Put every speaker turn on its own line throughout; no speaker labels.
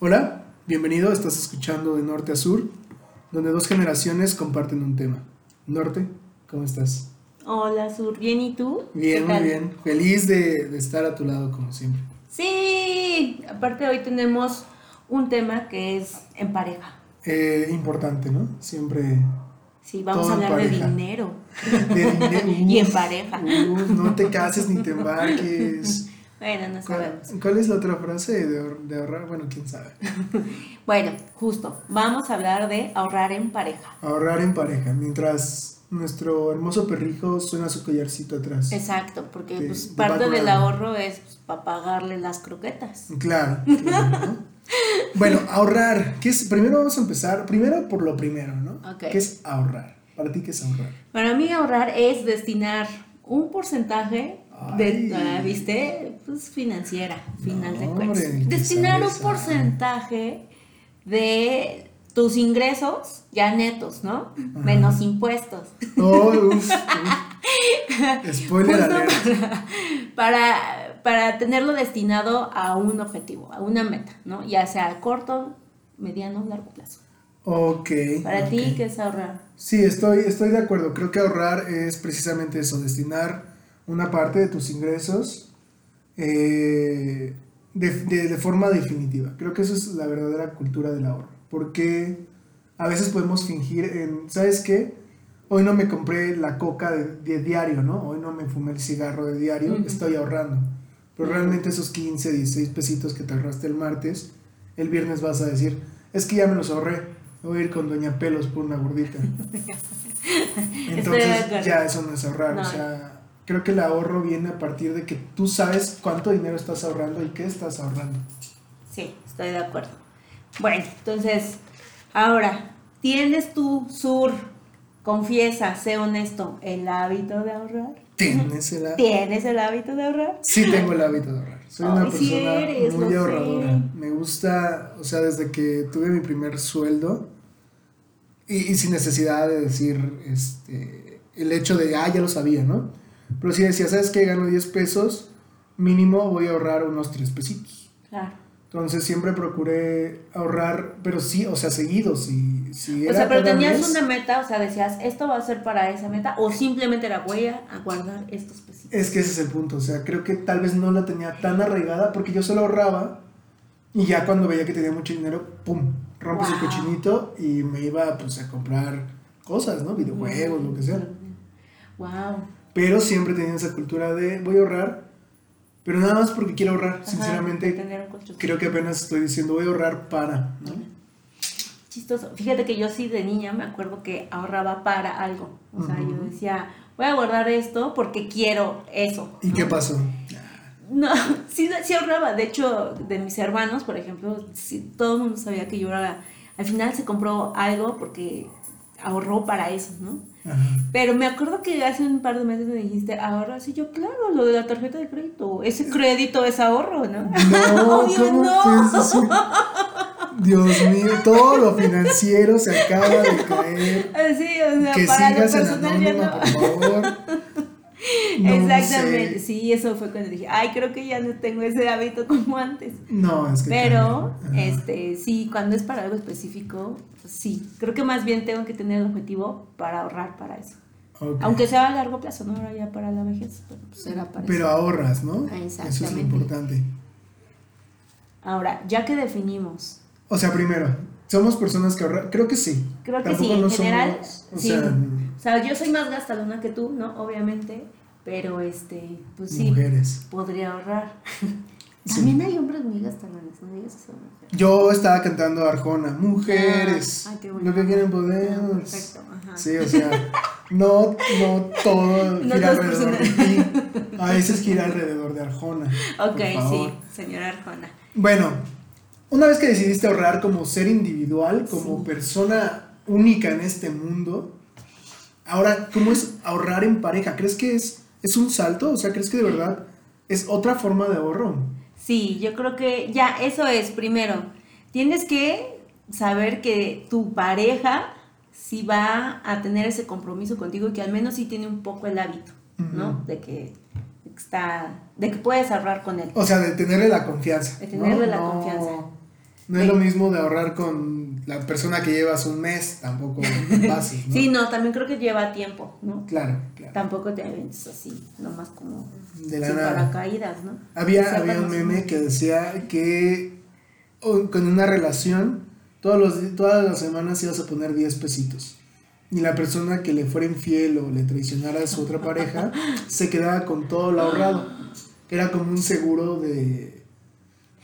Hola, bienvenido, estás escuchando de norte a sur, donde dos generaciones comparten un tema. Norte, ¿cómo estás?
Hola, Sur. ¿Bien y tú?
Bien,
¿Qué
muy
tal?
bien. Feliz de, de estar a tu lado como siempre.
Sí, aparte hoy tenemos un tema que es en pareja.
Eh, importante, ¿no? Siempre
Sí, vamos
Todo
a
en
hablar de
pareja.
dinero.
de dinero.
Y en pareja.
Uf, no te cases ni te embarques.
Bueno, no
¿Cuál,
sabemos.
cuál es la otra frase de, ahor- de ahorrar? Bueno, quién sabe.
Bueno, justo, vamos a hablar de ahorrar en pareja.
Ahorrar en pareja, mientras nuestro hermoso perrijo suena su collarcito atrás.
Exacto, porque
De-
pues,
de
parte del
background.
ahorro es pues, para pagarle las croquetas.
Claro. claro, ¿no? bueno, ahorrar. ¿Qué es? Primero vamos a empezar, primero por lo primero, ¿no?
Ok.
¿Qué es ahorrar? Para ti, ¿qué es ahorrar?
Para mí ahorrar es destinar un porcentaje
Ay.
de, ah, ¿viste? Pues financiera, final de
No,
cuentas.
hombre, qué
Destinar un
sabes, ah.
porcentaje de tus ingresos ya netos, ¿no? Menos impuestos.
Oh, uf, uf. Spoiler
Justo
alert.
Para, para tenerlo destinado a un objetivo, a una meta, ¿no? Ya sea a corto, mediano, largo plazo.
Ok.
Para
ok.
ti, ¿qué es ahorrar?
Sí, estoy, estoy de acuerdo. Creo que ahorrar es precisamente eso, destinar una parte de tus ingresos eh, de, de- de forma definitiva. Creo que eso es la verdadera cultura del ahorro. Porque a veces podemos fingir en, ¿sabes qué? Hoy no me compré la coca de, de diario, ¿no? Hoy no me fumé el cigarro de diario,
Ujú.
estoy ahorrando. Pero realmente esos 15, 16 pesitos que te ahorraste el martes, el viernes vas a decir, es que ya me los ahorré, voy a ir con Doña Pelos por una gordita.
de
Entonces
acuerdo.
ya eso no es ahorrar, o
No.
sea, creo que el ahorro viene a partir de que tú sabes cuánto dinero estás ahorrando y qué estás ahorrando.
Sí, estoy de acuerdo. Bueno, entonces, ahora, ¿tienes tú, Sur, confiesa, sé honesto, el hábito de ahorrar?
¿Tienes el hábito?
¿Tienes el hábito de ahorrar?
Sí tengo el hábito de ahorrar. Soy una
Ay, sí
persona
eres,
muy
lo sé.
ahorradora. Me gusta, o sea, desde que tuve mi primer sueldo y, y sin necesidad de decir este, el hecho de, ah, ya lo sabía, ¿no? Pero si decía, ¿sabes qué? Gano 10 pesos, mínimo voy a ahorrar unos 3 pesitos.
Claro.
Entonces siempre procuré ahorrar, pero sí, o sea, seguido, si, si
O
era
sea, pero
cada
tenías
mes,
una meta, o sea, decías, esto va a ser para esa meta, o simplemente era voy a a guardar estos pesitos.
Es que ese es el punto, o sea, creo que tal vez no la tenía tan arraigada porque yo solo ahorraba y ya cuando veía que tenía mucho dinero, ¡pum! Rompo su
Wow.
cochinito y me iba pues a comprar cosas, ¿no? Videojuegos, lo que sea.
Wow.
Pero siempre tenía esa cultura de voy a ahorrar, pero nada más porque quiero ahorrar, sinceramente.
Tener un colchón.
Creo que apenas estoy diciendo voy a ahorrar para, ¿no?
chistoso. Fíjate que yo sí de niña me acuerdo que ahorraba para algo. O sea,
Ujú.
yo decía, voy a guardar esto porque quiero eso.
¿Y
¿no?
qué pasó?
No, sí, sí ahorraba. De hecho, de mis hermanos, por ejemplo, sí, todo el mundo sabía que yo era... Al final se compró algo porque ahorró para eso, ¿no?
Ajá.
Pero me acuerdo que hace un par de meses me dijiste, ahorra. Sí, yo, claro, lo de la tarjeta de crédito. Ese crédito es ahorro, ¿no?
No,
Obvio,
¿cómo
no.
puedes decir? Dios mío, todo lo financiero se acaba de caer.
Eh, Sí, o sea,
Que
para lo
sigas en
personal ya no.
anónima, por favor. No
Exactamente,
sé.
sí, eso fue cuando dije, ay, creo que ya no tengo ese hábito como antes.
No, es que.
Pero,
cambia. Ajá.
este, sí, cuando es para algo específico, pues sí, creo que más bien tengo que tener el objetivo para ahorrar para eso.
Ok.
Aunque sea a largo plazo, no ahora ya para la vejez, pero pues era para
Pero
eso.
ahorras, ¿no? Eso es lo
Exactamente.
importante.
Ahora, ya que definimos,
O sea, primero, ¿somos personas que ahorran? Creo que sí.
creo que
Tampoco
sí, en
no
general,
somos- o
sí.
sea,
o sea, yo soy más gastadona que tú, ¿no? Obviamente, pero este, pues sí,
mujeres.
podría ahorrar.
Sí.
También hay hombres muy gastadones, no digas eso, mujer.
Yo estaba cantando Arjona, mujeres,
Ah, ay, qué bonito.
lo que quieren
Ah,
podemos.
perfecto, ajá.
Sí, o sea, no, no todo
No
gira
todo es
alrededor de ti. A veces gira alrededor de Arjona. por
Ok,
favor.
sí, señora Arjona.
Bueno, una vez que decidiste ahorrar como ser individual, como persona única en este mundo, ahora, ¿cómo es ahorrar en pareja? ¿Crees que es, es un salto? O sea, ¿crees que de verdad es otra forma de ahorro?
Sí, yo creo que ya, eso es, primero, tienes que saber que tu pareja sí va a tener ese compromiso contigo y que al menos sí tiene un poco el hábito, ¿no?
Ujú.
De que está, de que puedes ahorrar con él.
O sea, de tenerle la confianza.
De tenerle
¿no?
la
No-
confianza.
No es lo mismo de ahorrar con la persona que llevas un mes, tampoco fácil, ¿no?
Sí, no, también creo que lleva tiempo, ¿no?
Claro, claro.
Tampoco te avientes así, nomás como
De la
sin
nada.
paracaídas, ¿no?
Había,
Sepan
había un
los
meme
hombres.
que decía que o- con una relación todos los, di- todas las semanas ibas a poner 10 pesitos. Y la persona que le fuera infiel o le traicionara a su otra pareja se quedaba con todo lo ahorrado. Que era como un seguro de,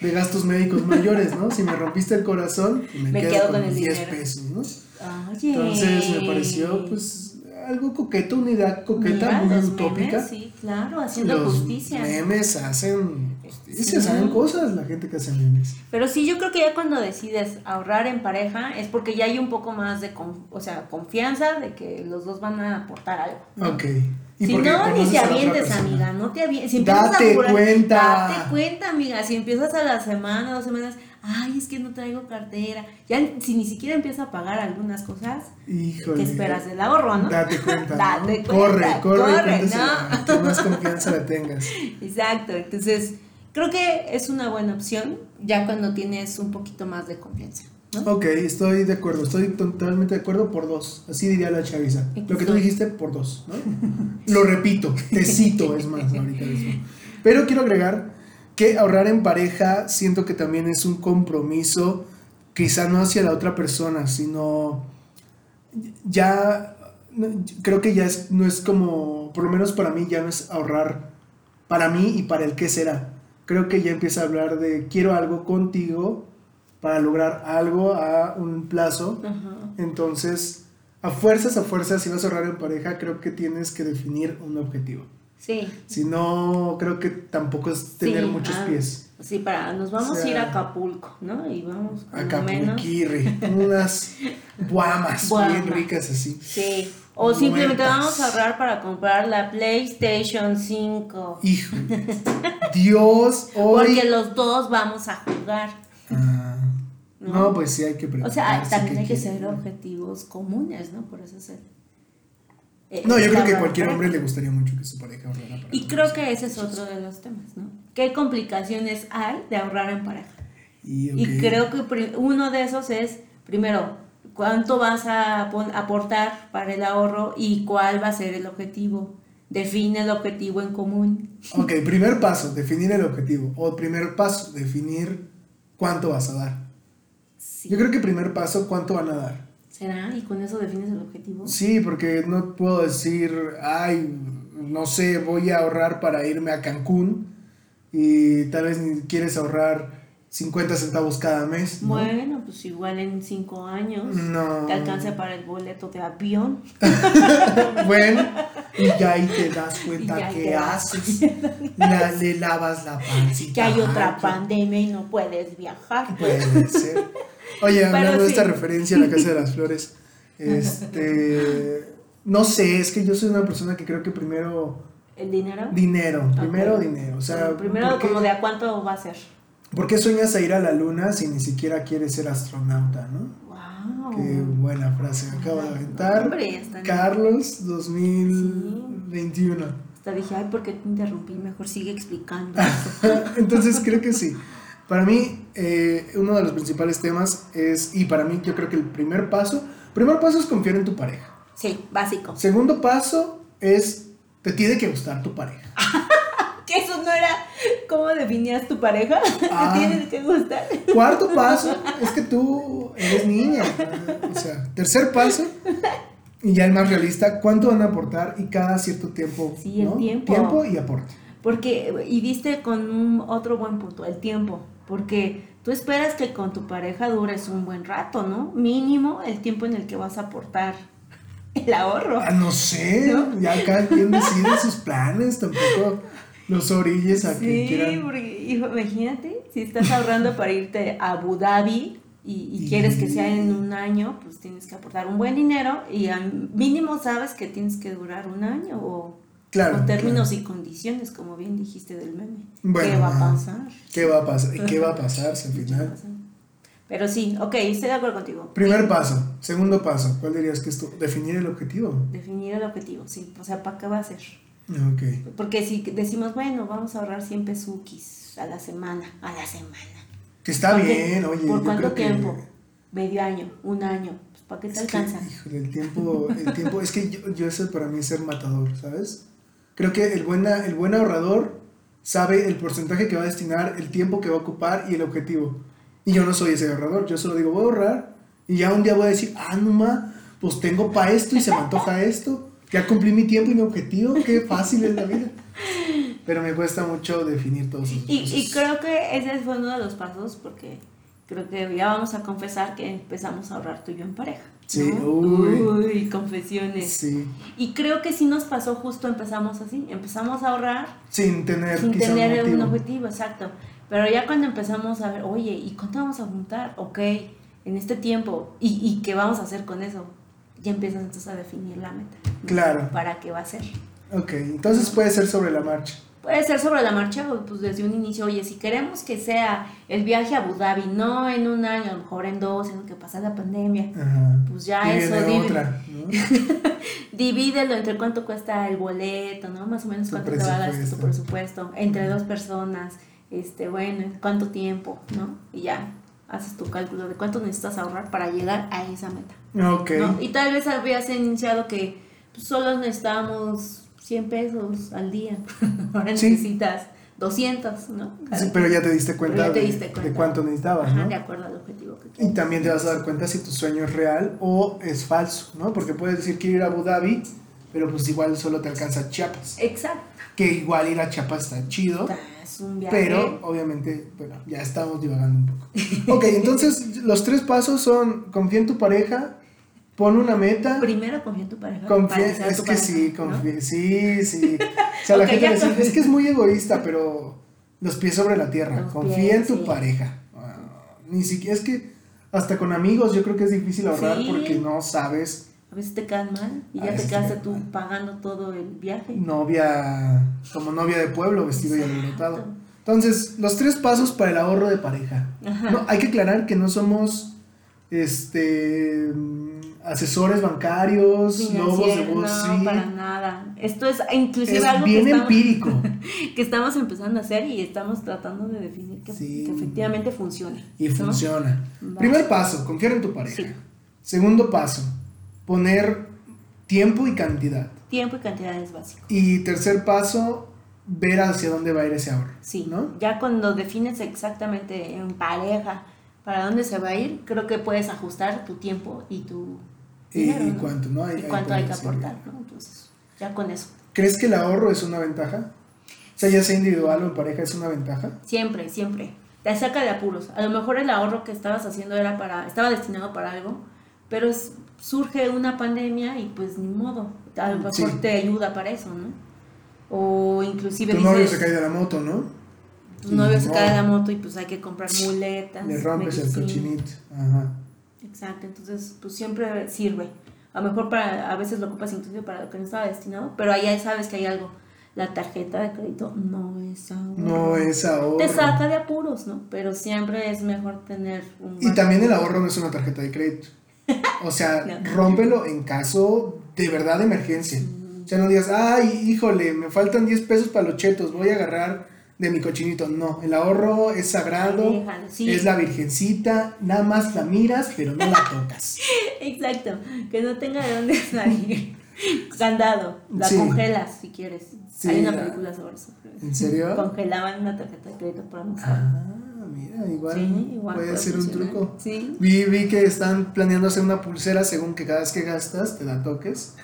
de gastos médicos mayores, ¿no? Si me rompiste el corazón, pues me, quedo, con,
el
10
dinero.
pesos, ¿no?
Oye.
Entonces me pareció pues algo coqueto, una idea coqueta,
Mira,
muy
los
utópica
memes, sí, claro, haciendo
los
justicia.
memes hacen justicia,
Sí.
saben cosas la gente que hace memes.
Pero sí, yo creo que ya cuando decides ahorrar en pareja es porque ya hay un poco más de con- o sea, confianza de que los dos van a aportar algo.
Ok.
Ah. Si
porque
no, ni
conoces
te
a la otra
avientes,
persona.
amiga, no te avientes. Si empiezas
Date
a jurar-
cuenta.
Date cuenta, amiga. Si empiezas a la semana, dos semanas, ay, es que no traigo cartera. Ya si ni siquiera empiezas a pagar algunas cosas,
Híjole.
¿qué esperas del ahorro, no?
Date cuenta.
Date
¿no?
cuenta,
Corre, corre,
corre,
cuéntasela,
¿no?
Que más confianza la tengas.
Exacto. Entonces, creo que es una buena opción ya cuando tienes un poquito más de confianza. ¿no?
Ok, estoy de acuerdo, estoy totalmente de acuerdo por dos. Así diría la chaviza. Lo que tú
Exacto.
dijiste por dos, ¿no? Lo repito, te cito, es más, ahorita mismo. Pero quiero agregar que ahorrar en pareja siento que también es un compromiso, quizá no hacia la otra persona, sino ya, creo que ya es, no es como, por lo menos para mí ya no es ahorrar para mí y para el que será. Creo que ya empieza a hablar de quiero algo contigo para lograr algo a un plazo.
Ajá.
Entonces, a fuerzas, a fuerzas, si vas a ahorrar en pareja, creo que tienes que definir un objetivo.
Sí.
Si no, creo que tampoco es tener
Sí,
muchos
ah,
pies.
Sí, para, nos vamos
O sea,
a ir a Acapulco, ¿no? Y vamos por lo menos.
Acapulquirri, unas guamas bien
Guamas.
ricas así.
Sí. O simplemente
Muertas.
vamos a ahorrar para comprar la PlayStation 5.
Hijo, Dios, hoy.
Porque los dos vamos a jugar.
Ah, no,
No.
pues sí hay que
O sea,
preguntarse
también
qué
hay que
quiere,
ser
¿no?
objetivos comunes, ¿no? Por eso ser. eh,
No, yo creo que
ahorrar
cualquier
para-
hombre le gustaría mucho que su pareja ahorrara para
Y creo que ese es otro de los temas, ¿no? ¿Qué complicaciones hay de ahorrar en pareja?
Y,
Y
ok.
creo que pri- uno de esos es, primero, cuánto vas a pon- aportar para el ahorro y cuál va a ser el objetivo. Define el objetivo en común.
Ok, primer paso, definir el objetivo. O primer paso, definir cuánto vas a dar.
Sí.
Yo creo que primer paso, cuánto van a dar.
¿Será? ¿Y con eso defines el objetivo?
Sí, porque no puedo decir, ay, no sé, voy a ahorrar para irme a Cancún y tal vez ni quieres ahorrar 50 centavos cada mes. ¿no?
Bueno, pues igual en cinco años
No.
te alcanza para el boleto de avión.
Bueno, y ya ahí te das cuenta
Y ya ahí
que
te das
haces. La- le lavas la pancita.
Que hay otra
ay, qué
pandemia y no puedes viajar.
Puede ser. Oye,
Pero
hablando de
sí.
esta referencia a la Casa de las Flores, este. No sé, es que yo soy una persona que creo que primero.
¿El dinero?
Dinero,
Ok.
primero dinero. O sea,
primero,
¿por qué,
como de a cuánto va a ser.
por qué sueñas a ir a la luna si ni siquiera quieres ser astronauta, no?
¡Wow!
Qué buena frase me acabo de aventar.
Oh. Hombre, hasta,
Carlos 2021.
hasta dije, ay, ¿por qué te interrumpí? Mejor sigue explicando.
Entonces creo que sí. Para mí, eh, uno de los principales temas es, y para mí yo creo que el primer paso, primer paso es confiar en tu pareja.
sí, básico.
Segundo paso es, te tiene que gustar tu pareja.
Que eso no era cómo definías tu pareja.
Ah.
Te tienes que gustar.
Cuarto paso es que tú eres niña. O sea, tercer paso, y ya el más realista, cuánto van a aportar y cada cierto tiempo.
Sí, el tiempo.
Tiempo y aporte.
Porque, y diste con un otro buen punto, el tiempo. Porque tú esperas que con tu pareja dures un buen rato, ¿no? Mínimo el tiempo en el que vas a aportar el ahorro.
Ah, no sé,
¿No?
ya cada quien decide sus planes, tampoco los orilles a que
Sí,
quieran.
porque hijo, imagínate, si estás ahorrando para irte a Abu Dhabi y, y
Y-
quieres que sea en un año, pues tienes que aportar un buen dinero y al mínimo sabes que tienes que durar un año o,
Claro.
o
claro.
términos y condiciones, como bien dijiste del meme. ¿Qué
Bueno,
va a
ah,
pasar?
¿Qué va a pasar? ¿Y ¿Qué va a pasar si al final?
Pero sí, ok, estoy de acuerdo contigo.
Primer paso, segundo paso, ¿cuál dirías que es tu? Definir el objetivo.
Definir el objetivo, sí. O sea, ¿para qué va a ser?
Ok.
Porque si decimos, bueno, vamos a ahorrar 100 pesuquis a la semana, a la semana.
Que está
¿Para qué?
bien, oye.
¿Por
yo
cuánto
creo que-
tiempo? Medio año, un año. Pues, ¿Para qué te
Es que,
alcanza?
híjole, el tiempo, el tiempo, es que yo, yo eso para mí es ser matador, ¿sabes? Creo que el, buena, el buen ahorrador sabe el porcentaje que va a destinar, el tiempo que va a ocupar y el objetivo. Y yo no soy ese ahorrador, yo solo digo, voy a ahorrar y ya un día voy a decir, ah, no ma, pues tengo para esto y se me antoja esto, ya cumplí mi tiempo y mi objetivo, qué fácil es la vida. Pero me cuesta mucho definir todos esos
Y, y creo que ese fue uno de los pasos porque creo que ya vamos a confesar que empezamos a ahorrar tú y yo en pareja.
Sí,
¿no?
uy.
Uy, confesiones.
Sí,
Y creo que sí nos pasó justo empezamos así, empezamos a ahorrar
sin tener
sin
quizá un
tener un
motivo.
objetivo, exacto. Pero ya cuando empezamos a ver, oye, ¿y cuánto vamos a juntar? Ok, en este tiempo, ¿y, y qué vamos a hacer con eso? Ya empiezas entonces a definir la meta. ¿no?
Claro.
¿Para qué va a ser?
Ok, entonces puede ser sobre la marcha.
Puede ser sobre la marcha o pues desde un inicio, oye, si queremos que sea el viaje a Abu Dhabi, no en un año, a lo mejor en dos, en lo que pasa la pandemia,
Ajá.
pues ya
Y
eso,
viene
divi-
otra, ¿no?
divídelo entre cuánto cuesta el boleto, ¿no? Más o menos
Tu
cuánto te va a gastar tu
presupuesto.
presupuesto, entre dos personas, este, bueno, cuánto tiempo, ¿no? Y ya haces tu cálculo de cuánto necesitas ahorrar para llegar a esa meta.
Ok.
¿no? Y tal vez habías iniciado que pues, solo necesitábamos 100 pesos al día, ahora
Sí.
necesitas 200, ¿no?
Sí, pero ya te diste cuenta,
ya te
de-
diste
de,
cuenta.
cuánto necesitabas,
Ajá,
¿no?
de acuerdo al objetivo que
Y
quieres.
también te vas a dar cuenta si tu sueño es real o es falso, ¿no? Porque puedes decir quiero ir a Abu Dhabi, pero pues igual solo te alcanza Chiapas.
Exacto.
Que igual ir a Chiapas está chido,
Es un viaje.
pero obviamente, bueno, ya estamos divagando un poco. Ok, entonces los tres pasos son confía en tu pareja, pon una meta.
Primero confía en tu pareja. para
Confía,
iniciar
es
tu
que
pareja,
sí,
¿no?
confía, sí, sí. O sea, la
Ok,
gente
ya
le dice,
confía.
es que es muy egoísta, pero los pies sobre la tierra,
Los
confía
pies,
en tu
sí.
pareja. Ah, Ni siquiera, es que hasta con amigos yo creo que es difícil ahorrar
Sí.
porque no sabes,
A veces te quedan mal y
A
ya te
veces te
quedaste
quedan
tú
mal.
pagando todo el viaje.
novia, como novia de pueblo, vestido y alborotado.
Exacto.
Entonces, los tres pasos para el ahorro de pareja.
Ajá.
No, hay que aclarar que no somos este mm, asesores bancarios, lobos de
Financiero,
Wall Street.
No, para nada. Esto es inclusive
pues, Es
algo que
bien
estamos,
empírico.
que estamos empezando a hacer y estamos tratando de definir que,
Sí.
que efectivamente funciona.
Y
¿no?
funciona.
Va.
Primer paso, confiar en tu pareja.
Sí.
Segundo paso, poner tiempo y cantidad.
Tiempo y cantidad es básico.
Y tercer paso, ver hacia dónde va a ir ese ahorro.
Sí,
¿No?
ya cuando defines exactamente en pareja para dónde se va a ir, creo que puedes ajustar tu tiempo y tu
Y,
dinero,
y
¿no?
cuánto, ¿no? Ahí-
y
ahí
cuánto hay que
puede ser.
aportar, ¿no? Entonces, ya con eso.
¿Crees que el ahorro es una ventaja? O sea, ya sea individual o en pareja, es una ventaja.
Siempre, siempre. Te saca de apuros. A lo mejor el ahorro que estabas haciendo era para, estaba destinado para algo, pero es- surge una pandemia y pues ni modo. A lo mejor
Sí.
te ayuda para eso, ¿no? O inclusive
Tu
dices,
novio se cae de la moto, ¿no?
tu novio se
No.
cae de la moto y pues hay que comprar muletas.
Le rompes el
medicina.
cochinito. Ajá.
Exacto, entonces pues siempre sirve. A lo mejor para, a veces lo ocupas inclusive para lo que no estaba destinado, pero ahí ya sabes que hay algo. La tarjeta de crédito no es ahorro.
No es ahorro.
Te saca de apuros, ¿no? Pero siempre es mejor tener un...
Y también el ahorro no es una tarjeta de crédito. O sea,
No.
rómpelo en caso de verdad de emergencia. O sea, no digas, ay, híjole, me faltan 10 pesos para los chetos, voy a agarrar de mi cochinito. No, el ahorro es
Ay,
sagrado,
déjalo, sí.
es la virgencita, nada más la miras, pero no la tocas.
Exacto, que no tenga de dónde salir. Candado, la
Sí.
congelas si quieres.
Sí,
Hay una
la-
película sobre eso.
¿En serio?
Congelaban una tarjeta de crédito para no usarla.
Ah, mira, igual,
Sí, igual
puede,
puede
ser
funcionar.
un truco.
Sí.
Vi, vi que están planeando hacer una pulsera según que cada vez que gastas te la toques.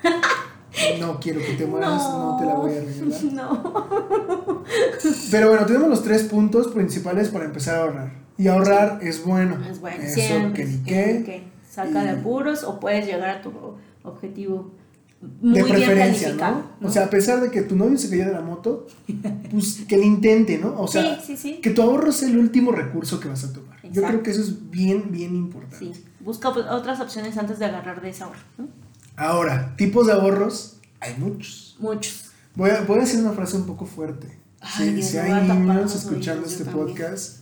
No quiero que te mueras, no te la voy a regalar.
No.
Pero bueno, tenemos los tres puntos principales para empezar a ahorrar. Y ahorrar es bueno.
Es Pues bueno,
Eso
siempre.
que ni
siempre
qué.
que Saca de
Y-
apuros o puedes llegar a tu objetivo muy
De
bien
preferencia,
planificado.
¿no? O sea, a pesar de que tu novio se cayó de la moto, pues que le intente, ¿no? O sea,
sí, sí, sí.
que tu ahorro sea el último recurso que vas a tomar. Yo
Exacto.
creo que eso es bien, bien importante.
Sí, busca pues, otras opciones antes de agarrar de esa hora. ¿no?
Ahora, tipos de ahorros, hay muchos.
Muchos.
Voy a, voy a decir una frase un poco fuerte.
Ay,
si
Dios,
si
me
hay
voy a tapar
niños
los
escuchando
oídos,
este
yo también.
podcast,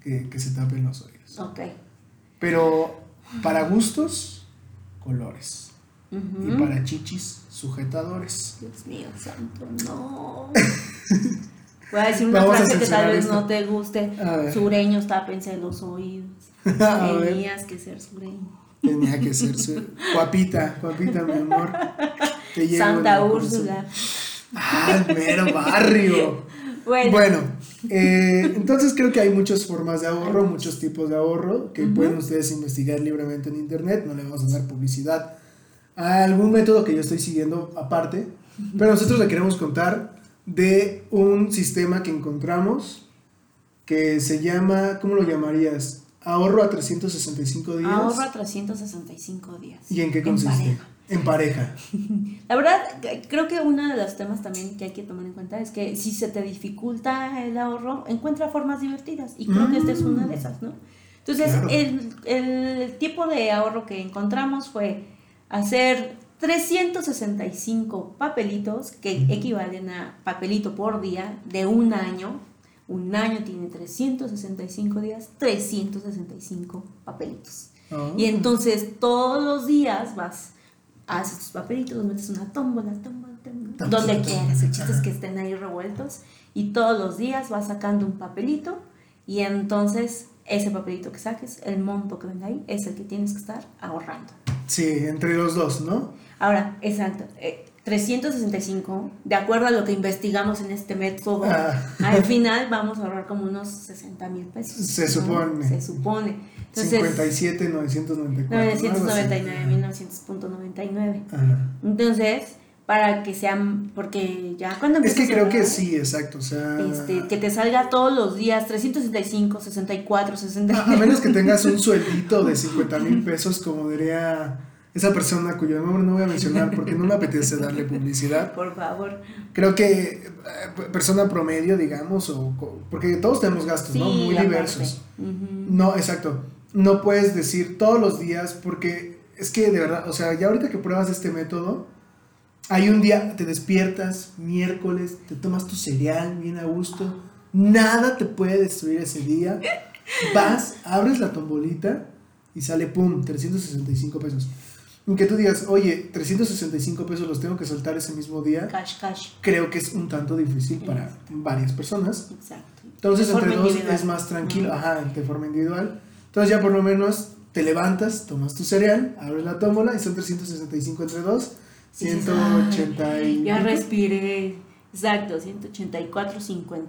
que, que se tapen los oídos.
Ok.
Pero para gustos, colores.
Ujú.
Y para chichis, sujetadores.
Dios mío, santo, no. Voy a decir una
Vamos a
frase que
censurar
tal vez
esto.
no te guste.
A ver.
Sureños, tápense los oídos.
A ver.
Tenías que ser sureño.
Tenía que ser su... Guapita, guapita, mi amor. Te llevo en
Santa
el corazón.
Úrsula.
Ah, el mero barrio.
Bueno,
Bueno, eh, entonces creo que hay muchas formas de ahorro, muchos tipos de ahorro que pueden ustedes investigar libremente en internet, no le vamos a dar publicidad a algún método que yo estoy siguiendo aparte, pero nosotros le queremos contar de un sistema que encontramos que se llama, ¿cómo lo llamarías? Ahorro a 365 días.
ahorra 365 días.
¿Y en qué consiste?
pareja.
En pareja.
La verdad, c- creo que uno de los temas también que hay que tomar en cuenta es que si se te dificulta el ahorro, encuentra formas divertidas. Y creo que esta es una de esas, ¿no? Entonces,
Claro.
el, el tipo de ahorro que encontramos fue hacer 365 papelitos que equivalen a papelito por día de un año. Un año tiene 365 días, 365 papelitos.
Ah.
Y entonces todos los días vas, haces tus papelitos, los metes en una tómbola, tómbola, tómbola,
Tómbola,
donde
tómbola,
quieras. El chiste es
ajá.
que estén ahí revueltos y todos los días vas sacando un papelito y entonces ese papelito que saques, el monto que venga ahí, es el que tienes que estar ahorrando.
Sí, entre los dos, ¿no?
Ahora, exacto. eh, 365, de acuerdo a lo que investigamos en este método,
Ah.
al final vamos a ahorrar como unos 60 mil pesos.
Se
¿no?
supone.
Se supone. Entonces,
57,994. ¿no? Algo así.
999.900.99.
Ajá.
Entonces, para que sean, porque ya cuando
Es que
empiezas a
creo que
ahorrar,
sí, exacto. O sea,
Este, que te salga todos los días 365, 64, 60.
Ah, a, a menos que tengas un sueldito de 50 mil pesos, como diría esa persona cuyo nombre no voy a mencionar porque no me apetece darle publicidad.
Por favor.
Creo que eh, persona promedio, digamos, o co- porque todos tenemos gastos,
Sí,
Pues ¿no? Muy
aparte.
diversos.
Ujú.
No, exacto. No puedes decir todos los días porque es que de verdad, o sea, ya ahorita que pruebas este método, hay un día, te despiertas, miércoles, te tomas tu cereal bien a gusto, nada te puede destruir ese día, vas, abres la tombolita y sale, ¡pum!, 365 pesos. Y que tú digas, oye, 365 pesos los tengo que soltar ese mismo día,
Cash, cash.
creo que es un tanto difícil para varias personas.
Exacto.
Entonces,
De forma
entre dos
individual.
es más tranquilo, ajá, de forma individual. Entonces, ya por lo menos te levantas, tomas tu cereal, abres la tómbola y son 365 entre dos,
Sí, sí, sí.
180 y.
Ya respiré. Exacto, 184.50.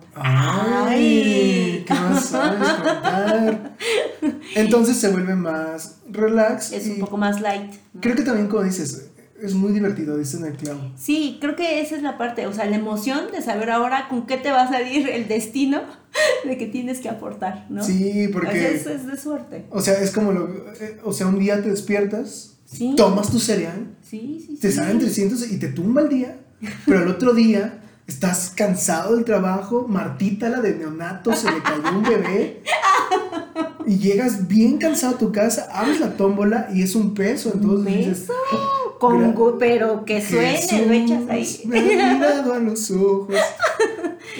¡Ay! ¿Qué más sabes contar? Entonces se vuelve más relax.
Es
y
un poco más light. ¿no?
Creo que también, como dices, es muy divertido, dicen el clavo.
Sí, creo que esa es la parte, o sea, la emoción de saber ahora con qué te va a salir el destino de que tienes que aportar, ¿no?
Sí,
O sea, es,
porque.
es de suerte.
O sea, es como lo. eh, O sea, un día te despiertas,
Sí.
tomas tu cereal,
Sí, sí, sí.
te salen 300 y te tumba el día, pero el otro día estás cansado del trabajo, Martita, la de neonato, se le cayó un bebé, y llegas bien cansado a tu casa, abres la tómbola y es un peso, entonces dices,
Beso, con,
Gra-
gu- pero que suene, lo echas
"Jesús,
ahí.
me ha mirado a los ojos.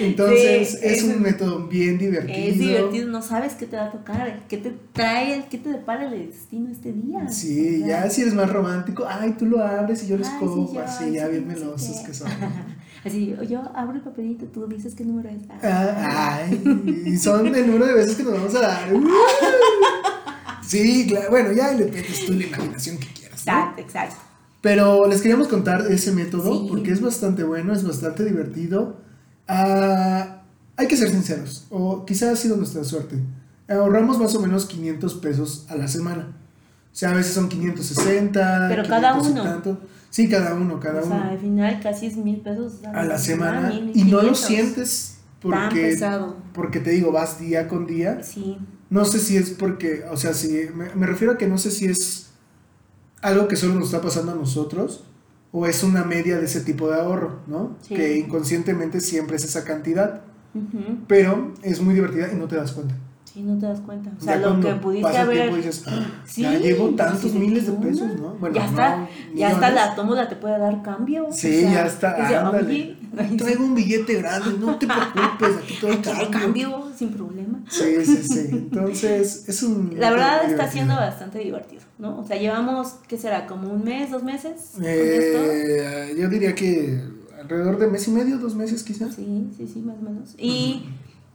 Entonces,
Sí,
es,
es
un
un-
método bien divertido.
Es divertido, no sabes qué te va a tocar, qué te trae, qué te depara el destino este día.
Sí,
O sea,
ya si eres más romántico, ay, tú lo abres y yo les
Ay, sí,
cojo,
yo,
así,
ay,
ya
sí,
bien
no sé
melosos
qué.
que son.
Así, yo abro el papelito, tú dices qué número es. Ah,
Ah, Ay, y son el número de veces que nos vamos a dar. Uh. Sí, claro. Bueno, ya le metes tú la imaginación que quieras. ¿no?
Exacto, exacto.
Pero les queríamos contar ese método
Sí.
porque es bastante bueno, es bastante divertido. Ah, hay que ser sinceros, o quizás ha sido nuestra suerte. Ahorramos más o menos 500 pesos a la semana. O sea, a veces son 560.
Pero cada
500 y
uno.
tanto. Sí, cada uno, cada
o
uno.
sea, al final casi es mil pesos Ah,
a la semana.
mil,
Y no lo
1500.
sientes
Tan
porque
pesado.
porque te digo, vas día con día.
Sí.
No sé si es porque, o sea, si me, me refiero a que no sé si es algo que solo nos está pasando a nosotros o es una media de ese tipo de ahorro, ¿no?
Sí.
Que inconscientemente siempre es esa cantidad,
Ujú.
pero es muy divertida y no te das cuenta.
Sí, no te das cuenta. O sea,
Ya
lo
cuando
que pudiste
pasa el
haber.
tiempo dices, "Ah,
Sí,
ya llevo
sí,
tantos
sí,
miles de
una.
pesos, ¿no? Bueno,
ya está,
no,
ya está,
millones.
la tómbola te puede dar cambio.
Sí,
o sea,
ya está,
dice,
ándale.
"Oye,
Traigo un billete grande, no te preocupes, aquí todo el
aquí hay
cambio.
cambio sin problema.
Sí, sí, sí. Entonces, es un...
La verdad
muy
está
divertido.
siendo bastante divertido, ¿no? O sea, llevamos, ¿qué será? ¿Como un mes, dos meses? con esto?
Eh, yo Eh, diría que a alrededor de mes y medio, dos meses quizás.
Sí, sí, sí, más o menos. Y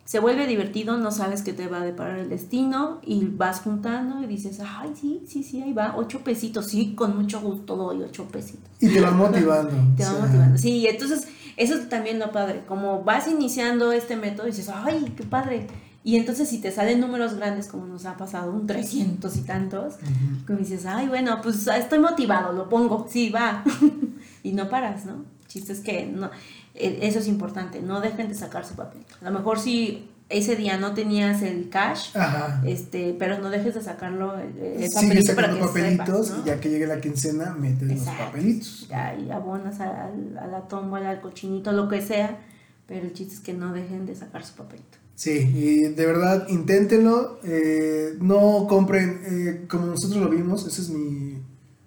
se vuelve divertido, no sabes qué te va a deparar el destino y vas juntando y dices, ay, sí, sí, sí, ahí va, ocho pesitos, sí, con mucho gusto doy ocho pesitos.
Y te va motivando.
Te
o
va
sea,
motivando. Sí, entonces eso es también lo padre, como vas iniciando este método y dices, ay, qué padre. Y entonces si te salen números grandes como nos ha pasado, un 300 y tantos,
ujú.
como dices, ay, bueno, pues estoy motivado, lo pongo, sí, va. y no paras, ¿no? Chiste es que no, eh, eso es importante, no dejen de sacar su papel. A lo mejor si ese día no tenías el cash,
Ajá.
este, pero no dejes de sacarlo el, el
Sigue
papelito para
sacando
que
papelitos
sepas, ¿no?
y ya que llegue la quincena, metes
Exacto.
los papelitos.
Ya, y abonas a, a la tómbola, al cochinito, lo que sea, pero el chiste es que no dejen de sacar su papelito.
Sí, y de verdad, inténtenlo. eh, no compren, eh, como nosotros lo vimos, esa es mi,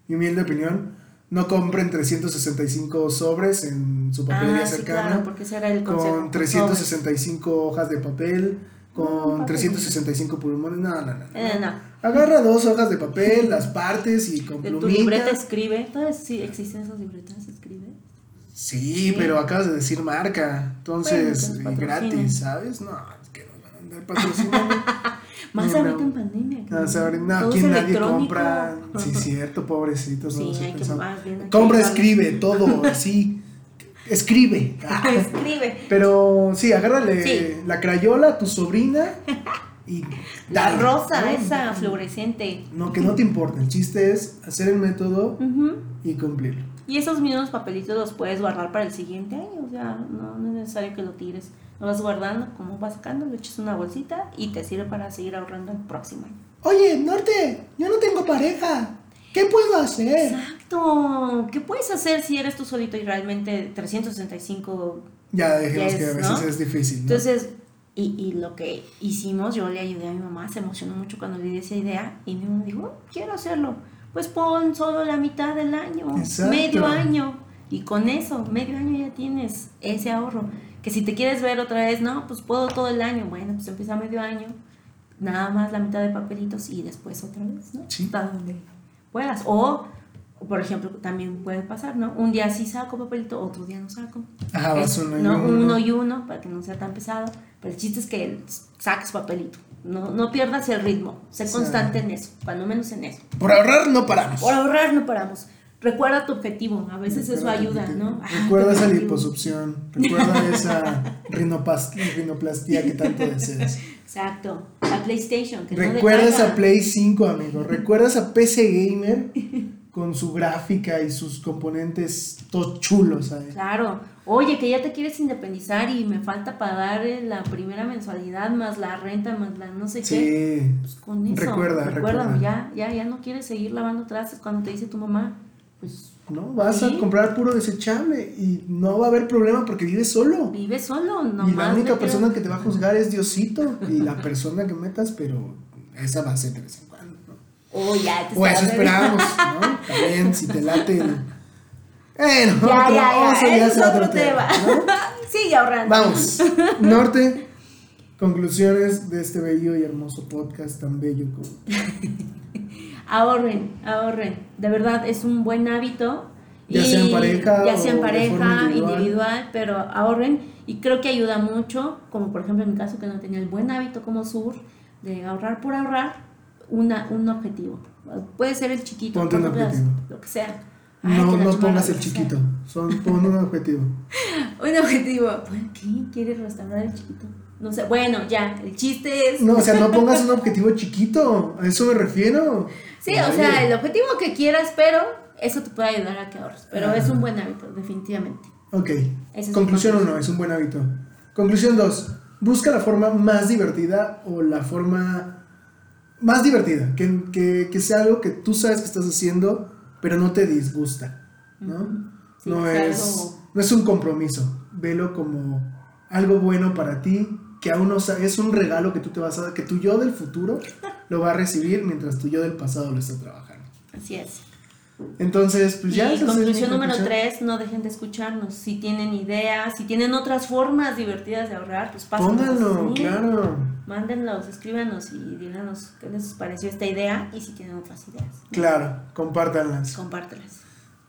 mi humilde opinión. No compren 365 sobres en su papelería
ah, sí,
cercana.
claro, porque ese era el consejo.
con 365 hojas de papel, con
papel.
365 pulmones. No, no, no. no.
Eh, no.
Agarra dos hojas de papel, las partes y con
De tu
plumita.
libreta escribe. ¿Todavía sí existen esas libretas? Escribe.
Sí, pero acabas de decir marca. Entonces,
Bueno,
eh,
entonces patrocinen.
gratis, ¿sabes? No, es que nos van a andar patrocinando.
Más
No,
ahorita
no.
en pandemia.
No,
cabrón.
sabré- no,
Todo
aquí
es
nadie
electrónico.
compra. Sí, cierto, pobrecitos. no
Sí,
sé,
hay que
pensamos.
más bien hay que
Compra,
ayudarles.
escribe, todo, así. Escribe. Ah.
Escribe.
Pero sí, agárrale
Sí.
la crayola a tu sobrina y
La
dale,
rosa,
¿no?
esa fluorescente.
No, que no te importa. El chiste es hacer el método
Ujú.
y cumplirlo.
Y esos mismos papelitos los puedes guardar para el siguiente año. O sea, no, no es necesario que lo tires. Lo vas guardando, como vas sacando, lo echas en una bolsita y te sirve para seguir ahorrando el próximo año.
Oye, Norte, yo no tengo pareja. ¿Qué puedo hacer?
Exacto. ¿Qué puedes hacer si eres tú solito y realmente 365
Ya dejemos
Yes,
que a veces
¿no?
es difícil. ¿no?
Entonces, y, y lo que hicimos, yo le ayudé a mi mamá, se emocionó mucho cuando le di esa idea y mi mamá dijo, "Oh, quiero hacerlo. Pues pon solo la mitad del año,
Exacto.
medio año. Y con eso, medio año ya tienes ese ahorro. Que si te quieres ver otra vez, no, pues puedo todo el año. Bueno, pues empieza medio año, nada más la mitad de papelitos y después otra vez, ¿no?
Sí.
Hasta donde puedas. O, por ejemplo, también puede pasar, ¿no? Un día sí saco papelito, otro día no saco.
Ajá, vas
Es,
uno y
¿no?
uno.
Uno y uno, para que no sea tan pesado. Pero el chiste es que saques papelito. No, no pierdas el ritmo. Sé
Sí.
constante en eso, cuando menos en eso.
Por ahorrar no paramos.
Por ahorrar no paramos. Recuerda tu objetivo. A veces eso
Recuerda
ayuda,
que te-
¿no? Ah,
Recuerda
tengo
esa
objetivo.
liposucción. Recuerda esa rinopas- rinoplastia que tanto deseas.
Exacto. La PlayStation. Que no
Recuerda
decaiga.
esa Play 5, amigo. Recuerda esa PC Gamer con su gráfica y sus componentes todos chulos ahí.
Claro. Oye, que ya te quieres independizar y me falta pagar eh, la primera mensualidad más la renta más la no sé qué.
Sí.
Pues con eso.
Recuerda,
recuérdalo,
recuerda.
Ya, ya, ya no quieres seguir lavando trastes cuando te dice tu mamá. Pues
¿No? Vas
Sí.
a comprar puro desechable y no va a haber problema porque vives solo.
vive solo,
y la
nomás.
única
vete-
persona que te va a juzgar es Diosito y la persona que metas, pero esa va a ser de vez en cuando. ¿no?
Oh, ya, te
O eso
estaba-
esperamos, ¿no? También, si te late. el- Bueno,
Ya,
otro-
ya,
eso
ya,
ya
ese
es otro tema. ¿no?
Sigue ahorrando.
Vamos, norte, conclusiones de este bello y hermoso podcast tan bello como.
Ahorren, ahorren. De verdad, es un buen hábito.
Ya sea en pareja
Ya sea en
o de
pareja,
forma
individual.
individual.
pero ahorren. Y creo que ayuda mucho, como por ejemplo en mi caso que no tenía el buen hábito como Sur, de ahorrar por ahorrar, una, un objetivo. Puede ser el chiquito,
Ponte un
corto plazo,
objetivo.
lo que sea.
No,
Ay, que la
no
chamarra,
pongas
lo
el
que sea.
chiquito, son, pon un objetivo.
Un objetivo. Bueno, ¿qué? ¿Quieres restaurar el chiquito? No sé. Bueno, ya, el chiste es.
No, o sea, no pongas un objetivo chiquito, a eso me refiero.
Sí, o
Oye,
sea, el objetivo que quieras, pero eso te puede ayudar a que ahorres. Pero
Ajá.
es un buen hábito, definitivamente.
Ok,
Ese es
conclusión
mi
1, es un buen hábito. Conclusión 2, busca la forma más divertida o la forma más divertida, que, que, que sea algo que tú sabes que estás haciendo, pero no te disgusta, ¿no?
Sí,
no,
sea
es,
algo-
no es un compromiso. Velo como algo bueno para ti, que aún no sa- es un regalo que tú te vas a que tu yo del futuro lo va a recibir mientras tu yo del pasado lo está trabajando.
Así es.
Entonces, pues ya.
y
esa es mi
conclusión número
conclusión.
3, no dejen de escucharnos. Si tienen ideas, si tienen otras formas divertidas de ahorrar, pues pásenlas.
Pónganlo,
Sí.
claro.
Mándenlos, escríbanos y díganos qué les pareció esta idea y si tienen otras ideas.
Claro, compártanlas.
Compártelas.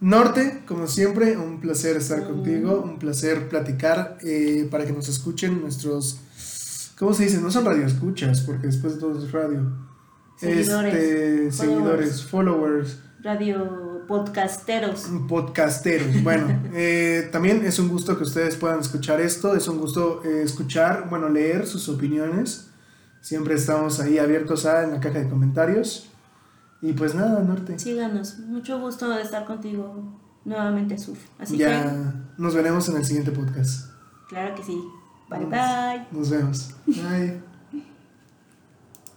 Norte, como siempre, un placer
Mm.
estar contigo, un placer platicar eh, para que nos escuchen nuestros. ¿Cómo se dice? No son radioescuchas, porque después de todo es radio.
Seguidores,
este,
followers.
seguidores, followers,
Radio podcasteros.
podcasteros. Bueno, eh, también es un gusto que ustedes puedan escuchar esto, es un gusto eh, escuchar, bueno, leer sus opiniones. Siempre estamos ahí abiertos a, en la caja de comentarios. Y pues nada, Norte.
Síganos. Mucho gusto de estar contigo nuevamente, Sur. Así que,
ya nos veremos en el siguiente podcast.
claro que sí. Bye
Vamos.
bye.
Nos vemos. Bye.